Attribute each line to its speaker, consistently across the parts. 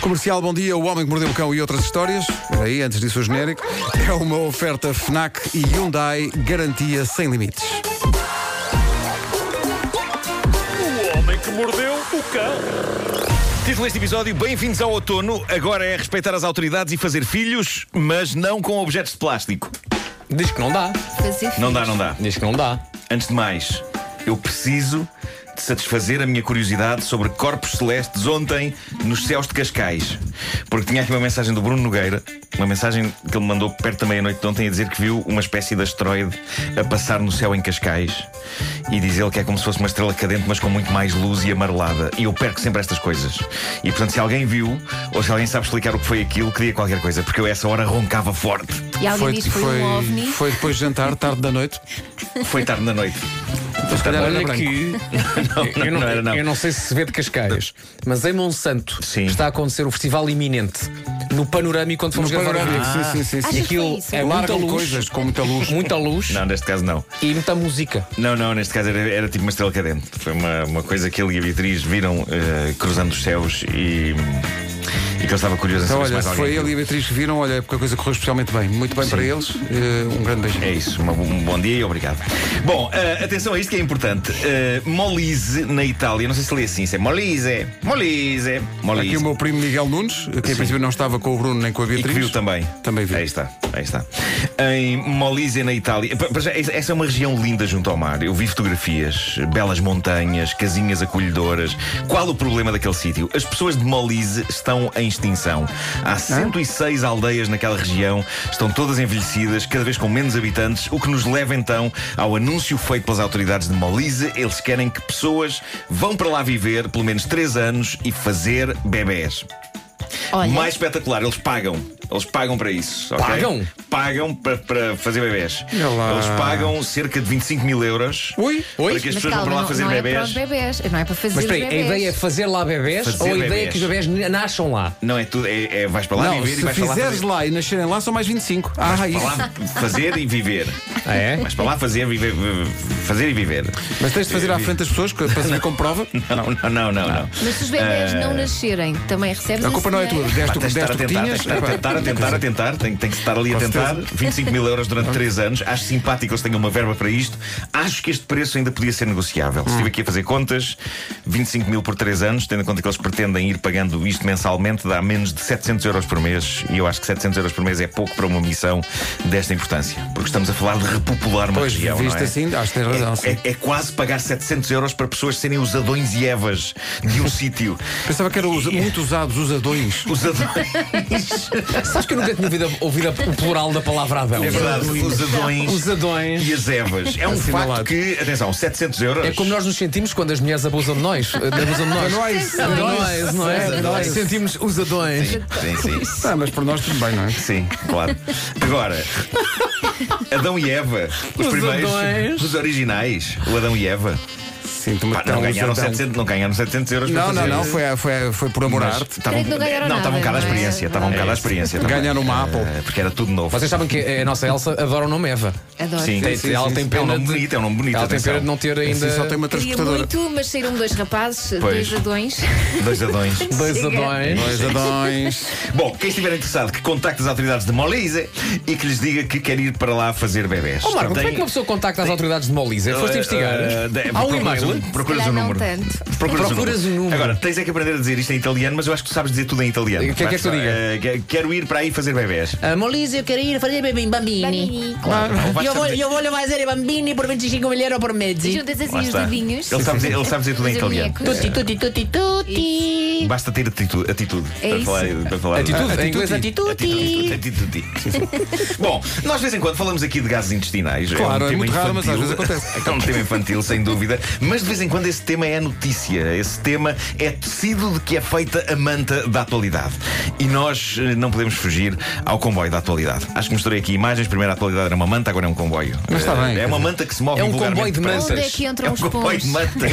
Speaker 1: Comercial, bom dia. O Homem que Mordeu o Cão e outras histórias. Espera aí, antes disso o genérico. É uma oferta FNAC e Hyundai, garantia sem limites.
Speaker 2: O homem que mordeu o cão.
Speaker 3: Título deste episódio: Bem-vindos ao outono. Agora é respeitar as autoridades e fazer filhos, mas não com objetos de plástico.
Speaker 4: Diz que não dá.
Speaker 5: Fazer
Speaker 3: Não dá, não dá.
Speaker 4: Diz que não dá.
Speaker 3: Antes de mais, eu preciso de satisfazer a minha curiosidade sobre corpos celestes ontem nos céus de Cascais. Porque tinha aqui uma mensagem do Bruno Nogueira, uma mensagem que ele mandou perto da meia-noite de ontem a dizer que viu uma espécie de asteroide a passar no céu em Cascais. E diz ele que é como se fosse uma estrela cadente, mas com muito mais luz e amarelada. E eu perco sempre estas coisas. E portanto, se alguém viu, ou se alguém sabe explicar o que foi aquilo, queria qualquer coisa, porque eu a essa hora roncava forte.
Speaker 5: E alguém diz que foi, um ovni.
Speaker 1: foi depois de jantar, tarde da noite.
Speaker 3: Foi tarde na noite.
Speaker 1: Mas se calhar era
Speaker 4: Olha
Speaker 1: branco.
Speaker 4: que. eu,
Speaker 3: não era, não.
Speaker 4: eu não sei se se vê de Cascais, mas em Monsanto
Speaker 3: Sim.
Speaker 4: está a acontecer o festival iminente no Panorâmico quando
Speaker 1: No
Speaker 4: fomos gravar o
Speaker 1: panorâmico,
Speaker 4: vídeo.
Speaker 1: sim, sim, sim.
Speaker 5: Acho
Speaker 1: sim.
Speaker 4: E
Speaker 5: que foi
Speaker 4: aquilo
Speaker 5: isso.
Speaker 4: é muita
Speaker 1: Largam
Speaker 4: luz,
Speaker 1: coisas com muita luz.
Speaker 4: muita luz
Speaker 3: Não, neste caso não.
Speaker 4: e muita música.
Speaker 3: Não, não, neste caso era, era tipo uma estrela cadente. Foi uma, uma coisa que ele e a Beatriz viram eh, cruzando os céus e, e que ele estava curioso em
Speaker 1: Então,
Speaker 3: saber
Speaker 1: olha,
Speaker 3: se mais
Speaker 1: se
Speaker 3: alguém.
Speaker 1: foi
Speaker 3: viu.
Speaker 1: ele e a Beatriz que viram, olha, porque a coisa correu especialmente bem. Muito bem para eles. Eh, um grande beijinho.
Speaker 3: É isso, uma- um bom dia e obrigado. Bom, eh, atenção a isto que é importante. Eh, Molise, na Itália, não sei se lê assim, se é Molise, Molise, Molise.
Speaker 1: Aqui o meu primo Miguel Nunes, que em princípio não estava com o Bruno nem com a
Speaker 3: E que
Speaker 1: Beatriz.
Speaker 3: viu também. É
Speaker 1: Também viu.
Speaker 3: Aí está, aí está. Em Molise, na Itália. Pa- pa- já, essa- Essa é uma região linda junto ao mar. Eu vi fotografias, belas montanhas, casinhas acolhedoras. Qual o problema daquele sítio? As pessoas de Molise estão em extinção. Há 106 aldeias naquela região, estão todas envelhecidas, cada vez com menos habitantes, o que nos leva então ao anúncio feito pelas autoridades de Molise. Eles querem que pessoas vão para lá viver pelo menos 3 anos e fazer bebés.
Speaker 5: Olha,
Speaker 3: Mais espetacular, eles pagam. Eles pagam para isso. ok?
Speaker 4: Pagam?
Speaker 3: Pagam para, para fazer bebés.
Speaker 1: Olha lá.
Speaker 3: Eles pagam cerca de 25 mil euros
Speaker 1: Ui,
Speaker 3: para que as
Speaker 5: mas
Speaker 3: pessoas vão
Speaker 5: calma,
Speaker 3: para lá
Speaker 5: não,
Speaker 3: fazer
Speaker 5: não é para os
Speaker 3: bebés.
Speaker 5: bebés. Não é para fazer
Speaker 4: Mas
Speaker 5: os
Speaker 4: peraí, a
Speaker 5: bebés.
Speaker 4: ideia é fazer lá bebés
Speaker 3: Fazer
Speaker 4: ou a ideia
Speaker 3: bebés.
Speaker 4: é que os bebés nasçam lá?
Speaker 3: não é tudo, é, é vais para lá
Speaker 1: Não,
Speaker 3: viver e
Speaker 1: se
Speaker 3: vais para lá
Speaker 1: fizeres
Speaker 3: fazer.
Speaker 1: lá e nascerem lá, são mais 25. Ah, isso.
Speaker 3: Para lá fazer e viver.
Speaker 4: Ah, é?
Speaker 3: Mas para lá fazer, viver, fazer e viver.
Speaker 1: Mas tens de fazer à frente das pessoas que- para saber como prova.
Speaker 3: Não, não, não, não. não.
Speaker 5: Mas se os bebés
Speaker 3: Ah.
Speaker 5: não nascerem, também recebes
Speaker 1: A culpa não é tua.
Speaker 5: dinheiro?
Speaker 1: Deste o
Speaker 3: Pá, tens de
Speaker 1: deste
Speaker 3: estar a
Speaker 1: o que
Speaker 3: tentar, tens
Speaker 1: tinhas.
Speaker 3: de estar a
Speaker 1: epá.
Speaker 3: tentar, a tentar, a tentar, tem, tem que estar ali a tentar. 25 mil euros durante 3 anos. Acho simpático que eles tenham uma verba para isto. Acho que este preço ainda podia ser negociável.
Speaker 1: Hum.
Speaker 3: Estive aqui a fazer contas, 25 mil por 3 anos, tendo em conta que eles pretendem ir pagando isto mensalmente, dá menos de 700 euros por mês. E eu acho que 700 euros por mês é pouco para uma missão desta importância. Porque estamos a falar de repopular uma
Speaker 1: Pois,
Speaker 3: região. não
Speaker 1: visto
Speaker 3: é?
Speaker 1: assim, acho que tens razão,
Speaker 3: É-
Speaker 1: sim.
Speaker 3: é- é quase pagar 700 euros para pessoas serem os Adões e Evas de um sítio.
Speaker 1: Pensava que era
Speaker 3: É.
Speaker 1: usa- muito usados, os adões.
Speaker 3: Os Adões.
Speaker 4: Sabes que eu nunca tinha ouvido, ouvido o plural da palavra Adão?
Speaker 3: É verdade, os adões
Speaker 4: Os adões.
Speaker 3: e as evas. É um
Speaker 1: Assinalado.
Speaker 3: facto que, atenção, 700 euros.
Speaker 4: É como nós nos sentimos quando as mulheres abusam de nós. eh, Abusam de nós.
Speaker 1: Nós.
Speaker 4: Adões, não é?
Speaker 1: Adões.
Speaker 4: Sentimos os adões.
Speaker 3: Sim, sim, sim.
Speaker 1: Ah, mas por nós tudo bem, não é?
Speaker 3: Sim, claro. Agora, Adão e Eva, os,
Speaker 4: Os
Speaker 3: primeiros,
Speaker 4: adões.
Speaker 3: os originais, o Adão e Eva,
Speaker 1: Sinto-me
Speaker 3: Pá,
Speaker 1: tão
Speaker 3: não, ganharam
Speaker 1: usatão.
Speaker 3: 700, não ganharam 700 euros para
Speaker 1: Não,
Speaker 3: fazer
Speaker 1: não, não,
Speaker 3: isso.
Speaker 1: foi, foi, foi por amor à
Speaker 3: Mas
Speaker 1: arte.
Speaker 3: estavam-
Speaker 5: Creio que não ganharam
Speaker 3: não, estavam
Speaker 5: nada,
Speaker 3: cá da
Speaker 5: não é?
Speaker 3: experiência, estavam cá da experiência. também.
Speaker 1: Ganharam uma Apple.
Speaker 3: Eh, Porque era tudo novo.
Speaker 4: Vocês sabem que a nossa Elsa adora o nome Eva.
Speaker 5: Adoro.
Speaker 3: Sim.
Speaker 4: Tem-
Speaker 1: sim,
Speaker 4: ela
Speaker 1: sim, sim.
Speaker 3: É
Speaker 4: tem
Speaker 3: um
Speaker 4: pena
Speaker 3: nome
Speaker 4: de,
Speaker 3: bonito, é um nome bonito.
Speaker 4: ela tem
Speaker 3: atenção.
Speaker 4: pena de não ter ainda
Speaker 1: Sim, Assim só tem uma
Speaker 5: Queria
Speaker 1: transportadora.
Speaker 5: muito, mas saíram dois rapazes,
Speaker 3: Pois.
Speaker 5: dois adões.
Speaker 3: Dois Adões.
Speaker 4: dois
Speaker 5: Chega.
Speaker 4: adões.
Speaker 1: Dois adões.
Speaker 3: Bom, quem estiver interessado, que contacte as autoridades de Molise e que lhes diga que quer ir para lá fazer bebés.
Speaker 4: Ó Marco, como é
Speaker 3: Tem-
Speaker 4: que uma pessoa contacta as autoridades de Molise? É Foste
Speaker 3: Eh,
Speaker 4: investigar?
Speaker 3: eh, de-
Speaker 4: Há um
Speaker 3: procuras
Speaker 4: e-mail?
Speaker 3: Procuras
Speaker 5: Se
Speaker 3: o
Speaker 5: calhar não
Speaker 3: número.
Speaker 5: tanto.
Speaker 3: Procuras,
Speaker 4: Procuras
Speaker 3: o,
Speaker 4: o
Speaker 3: número.
Speaker 4: número.
Speaker 3: Agora, tens é que aprender a dizer isto em italiano, mas eu acho que tu sabes dizer tudo em italiano.
Speaker 4: O que é que é que tu
Speaker 3: Vai,
Speaker 4: diga? Ah,
Speaker 3: eh, que- quero ir para aí fazer bebés.
Speaker 6: A Molise, eu quero ir fazer bambini. bambini.
Speaker 5: Bambini.
Speaker 3: Não, vais
Speaker 6: Io,
Speaker 3: saber-
Speaker 6: voglio, io voglio fare bambini per 25 mila euro por
Speaker 5: E
Speaker 6: mezzo.
Speaker 5: juntas
Speaker 3: Lá
Speaker 5: assim os
Speaker 3: está.
Speaker 5: dedinhos.
Speaker 3: Ele sabe dizer, ele sabe dizer tudo em
Speaker 5: Fazer
Speaker 3: italiano.
Speaker 5: bonecos.
Speaker 6: Tutti, tutti, tutti, tutti.
Speaker 3: Basta ter atitude, atitude
Speaker 5: É
Speaker 3: para,
Speaker 5: isso.
Speaker 3: falar, para falar.
Speaker 1: Ah,
Speaker 4: Atitude, em inglês
Speaker 6: Tutti,
Speaker 4: atitude.
Speaker 3: Atitude,
Speaker 6: tutti.
Speaker 3: atitude. é Bom, nós de vez em quando falamos aqui de gases intestinais.
Speaker 1: Claro, é
Speaker 3: um tema
Speaker 1: muito raro, mas às
Speaker 3: infantil.
Speaker 1: vezes acontece.
Speaker 3: É um tema infantil, sem dúvida. Mas de vez em quando esse tema é notícia. Esse tema é tecido de que é feita a manta da atualidade. E nós eh, não podemos fugir ao comboio da atualidade. Acho que mostrei aqui imagens. Primeiro a atualidade era uma manta, agora é um comboio.
Speaker 1: Mas está
Speaker 3: Eh,
Speaker 1: bem.
Speaker 3: É uma manta que se move
Speaker 4: É um
Speaker 3: vulgarmente
Speaker 4: comboio de
Speaker 3: para-
Speaker 4: mantas.
Speaker 5: Onde é que
Speaker 3: É
Speaker 5: entram
Speaker 3: um
Speaker 5: os
Speaker 3: comboio de
Speaker 5: pons?
Speaker 3: mantas.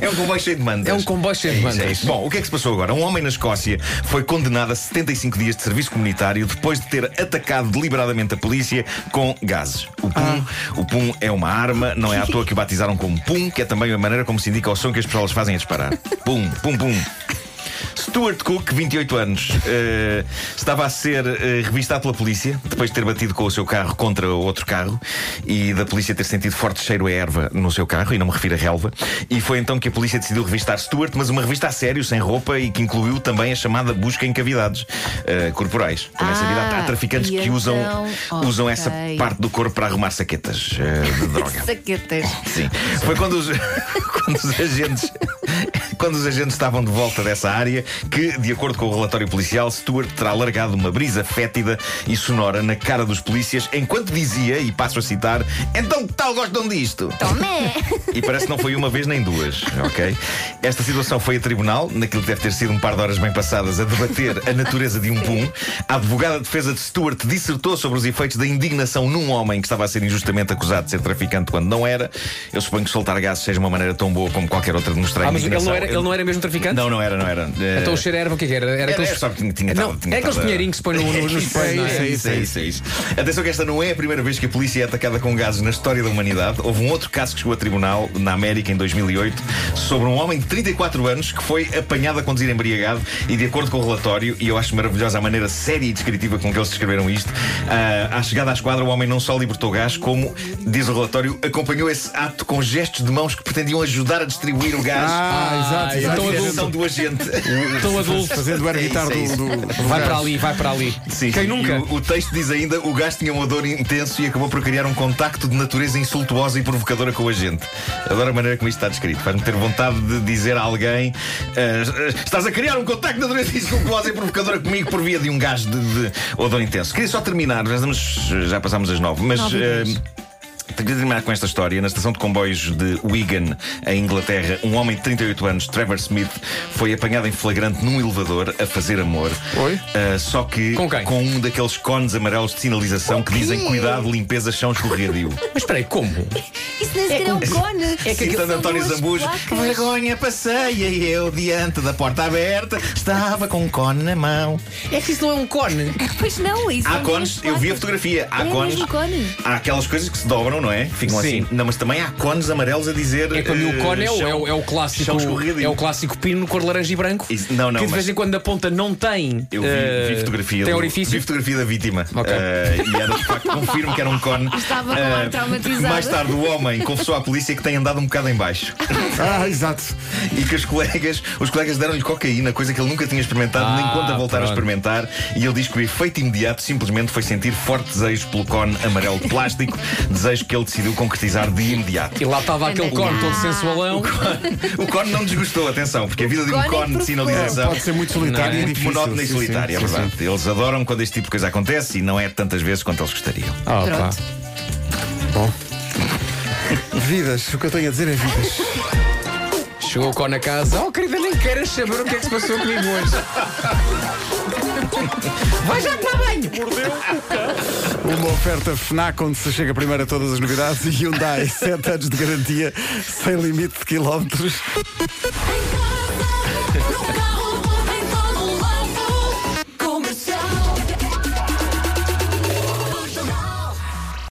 Speaker 3: É um comboio cheio de mantas.
Speaker 4: É um comboio cheio de
Speaker 3: É isso,
Speaker 4: mantas.
Speaker 3: é isso. Bom, o que é que se passou agora? Um homem na Escócia foi condenado a 75 dias de serviço comunitário depois de ter atacado deliberadamente a polícia com gases. O pum,
Speaker 4: Ah.
Speaker 3: o pum é uma arma, não é à toa que o batizaram como pum, que é também a maneira como se indica o som que as pessoas fazem a disparar. Pum, pum, pum. Stuart Cook, 28 anos, eh, estava a ser eh, revistado pela polícia depois de ter batido com o seu carro contra outro carro e da polícia ter sentido forte cheiro a erva no seu carro, e não me refiro a relva. E foi então que a polícia decidiu revistar Stuart, mas uma revista a sério, sem roupa e que incluiu também a chamada busca em cavidades eh, corporais. Também sabida, há- há traficantes
Speaker 5: Ah, e
Speaker 3: que usam,
Speaker 5: então,
Speaker 3: usam essa
Speaker 5: ok.
Speaker 3: parte do corpo para arrumar saquetas eh, de droga.
Speaker 5: Saquetas.
Speaker 3: Sim. Foi quando os, quando os agentes. Quando os agentes estavam de volta dessa área, que, de acordo com o relatório policial, Stuart terá largado uma brisa fétida e sonora na cara dos polícias, enquanto dizia, e passo a citar, então que tal gostam disto?
Speaker 5: Tomé!
Speaker 3: E parece que não foi uma vez nem duas, ok? Esta situação foi a tribunal, naquilo que deve ter sido um par de horas bem passadas, a debater a natureza de um pum. A advogada de defesa de Stuart dissertou sobre os efeitos da indignação num homem que estava a ser injustamente acusado de ser traficante quando não era. Eu suponho que soltar gás seja uma maneira tão boa como qualquer outra de mostrar
Speaker 4: Ah, mas ele
Speaker 3: indignação.
Speaker 4: não, era, ele não era mesmo traficante?
Speaker 3: Não, não era, não era. Eh,
Speaker 4: Então o cheiro era o que é que era? Era
Speaker 3: era,
Speaker 4: aqueles,
Speaker 3: era só que tinha, tinha
Speaker 4: Não,
Speaker 3: tado- tinha
Speaker 4: é aqueles
Speaker 3: tado-
Speaker 4: pinheirinhos que se põe no- no- nos
Speaker 3: Isso,
Speaker 4: pés, não é?
Speaker 3: isso, isso, isso, isso, isso. Atenção que esta não é a primeira vez que a polícia é atacada com gases na história da humanidade. Houve um outro caso que chegou a tribunal na América em 2008 sobre um homem de 34 anos que foi apanhado a conduzir embriagado e de acordo com o relatório, e eu acho maravilhosa a maneira séria e descritiva com que eles descreveram isto, ah, à chegada à esquadra o homem não só libertou gás, como, diz o relatório, acompanhou esse ato com gestos de mãos que pretendiam ajudar a distribuir o gás
Speaker 1: Ah,
Speaker 4: Ah,
Speaker 1: exato, exato.
Speaker 4: então
Speaker 3: na
Speaker 1: Fazendo-
Speaker 3: direção do agente.
Speaker 1: Então
Speaker 4: Tão adulto.
Speaker 1: Fazendo o ar
Speaker 3: É isso,
Speaker 1: guitar
Speaker 3: é isso.
Speaker 1: do, do- do
Speaker 4: Vai
Speaker 1: gás.
Speaker 4: para ali, vai para ali.
Speaker 3: Sim.
Speaker 4: Quem
Speaker 3: E
Speaker 4: nunca?
Speaker 3: O, o texto diz ainda o gás tinha um odor intenso e acabou por criar um contacto de natureza insultuosa e provocadora com a gente. Adoro a maneira como isto está descrito. Faz-me ter vontade de dizer a alguém: "Ah, estás a criar um contacto de natureza insultuosa e provocadora comigo por via de um gás de, de odor intenso. Queria só terminar, já, estamos- já passámos as nove, mas.
Speaker 5: Nove e
Speaker 3: ah,
Speaker 5: dez.
Speaker 3: tenho que terminar com esta história. Na estação de comboios de Wigan, em Inglaterra, um homem de 38 anos, Trevor Smith, foi apanhado em flagrante num elevador a fazer amor.
Speaker 1: Oi?
Speaker 3: Ah, só que
Speaker 4: Com quem?
Speaker 3: um daqueles cones amarelos de sinalização que dizem cuidado, limpeza, chão escorregadio.
Speaker 4: Mas espera aí, como?
Speaker 5: Isso nem sequer é um cone. É
Speaker 3: Citando António Zambujo, que vergonha passei e eu diante da porta aberta estava com um cone na mão.
Speaker 6: É que isso não é um cone.
Speaker 5: Pois não, isso
Speaker 3: Há
Speaker 5: é
Speaker 3: cones,
Speaker 5: duas
Speaker 3: eu vi a
Speaker 5: placas.
Speaker 3: fotografia. Há
Speaker 5: É
Speaker 3: cones.
Speaker 5: mesmo cone.
Speaker 3: Há aquelas coisas que se dobram, não é? Ficam
Speaker 4: Sim.
Speaker 3: assim. Não, mas também há cones amarelos a dizer.
Speaker 4: É para mim o
Speaker 3: eh,
Speaker 4: cone é o,
Speaker 3: chão-
Speaker 4: é o, é o clássico.
Speaker 3: Chão escorregadio.
Speaker 4: É o clássico pino cor de laranja e branco.
Speaker 3: Isso- não, não,
Speaker 4: que de
Speaker 3: mas-
Speaker 4: vez em quando a ponta não tem.
Speaker 3: Eu vi,
Speaker 4: eh,
Speaker 3: vi fotografia.
Speaker 4: Tem
Speaker 3: do-
Speaker 4: orifício.
Speaker 3: Vi fotografia da vítima.
Speaker 4: Ok.
Speaker 3: Eh, e era de facto, confirmo que era um cone.
Speaker 5: Estava com o ar
Speaker 3: Eh,
Speaker 5: traumatizado.
Speaker 3: Mais tarde, o homem confessou à polícia que tem andado um bocado em baixo.
Speaker 1: Ah, exato.
Speaker 3: e que os colegas, os colegas deram-lhe cocaína, coisa que ele nunca tinha experimentado, nem
Speaker 4: Ah,
Speaker 3: conta voltar a
Speaker 4: pronto.
Speaker 3: experimentar. E ele diz que o efeito imediato simplesmente foi sentir forte desejo pelo cone amarelo de plástico, desejo que ele decidiu concretizar de imediato.
Speaker 4: E lá estava aquele
Speaker 5: Anda cá.
Speaker 4: corno todo sensualão.
Speaker 3: O cone não desgostou, atenção, porque a vida de
Speaker 5: O
Speaker 3: um
Speaker 5: cone é
Speaker 3: cone de
Speaker 5: provocou.
Speaker 3: sinalização.
Speaker 1: Pode ser muito solitário
Speaker 4: Não é?
Speaker 1: e
Speaker 3: Muito
Speaker 1: difícil.
Speaker 3: monótona e
Speaker 1: Sim, sim,
Speaker 3: solitária, é
Speaker 1: sim, sim.
Speaker 3: verdade. Eles adoram quando este tipo de coisa acontece e não é tantas vezes quanto eles gostariam.
Speaker 4: Ah, pá.
Speaker 5: Pronto.
Speaker 1: Vidas, o que eu tenho a dizer é vidas.
Speaker 4: Chegou o cone a casa. Oh, querida, nem queiras saber o que é que se passou comigo hoje. Vai já para banho.
Speaker 2: Mordeu o cão.
Speaker 1: Uma oferta FNAC onde se chega primeiro a todas as novidades e Hyundai, 7 anos de garantia, sem limite de quilómetros.
Speaker 7: Em casa, no carro,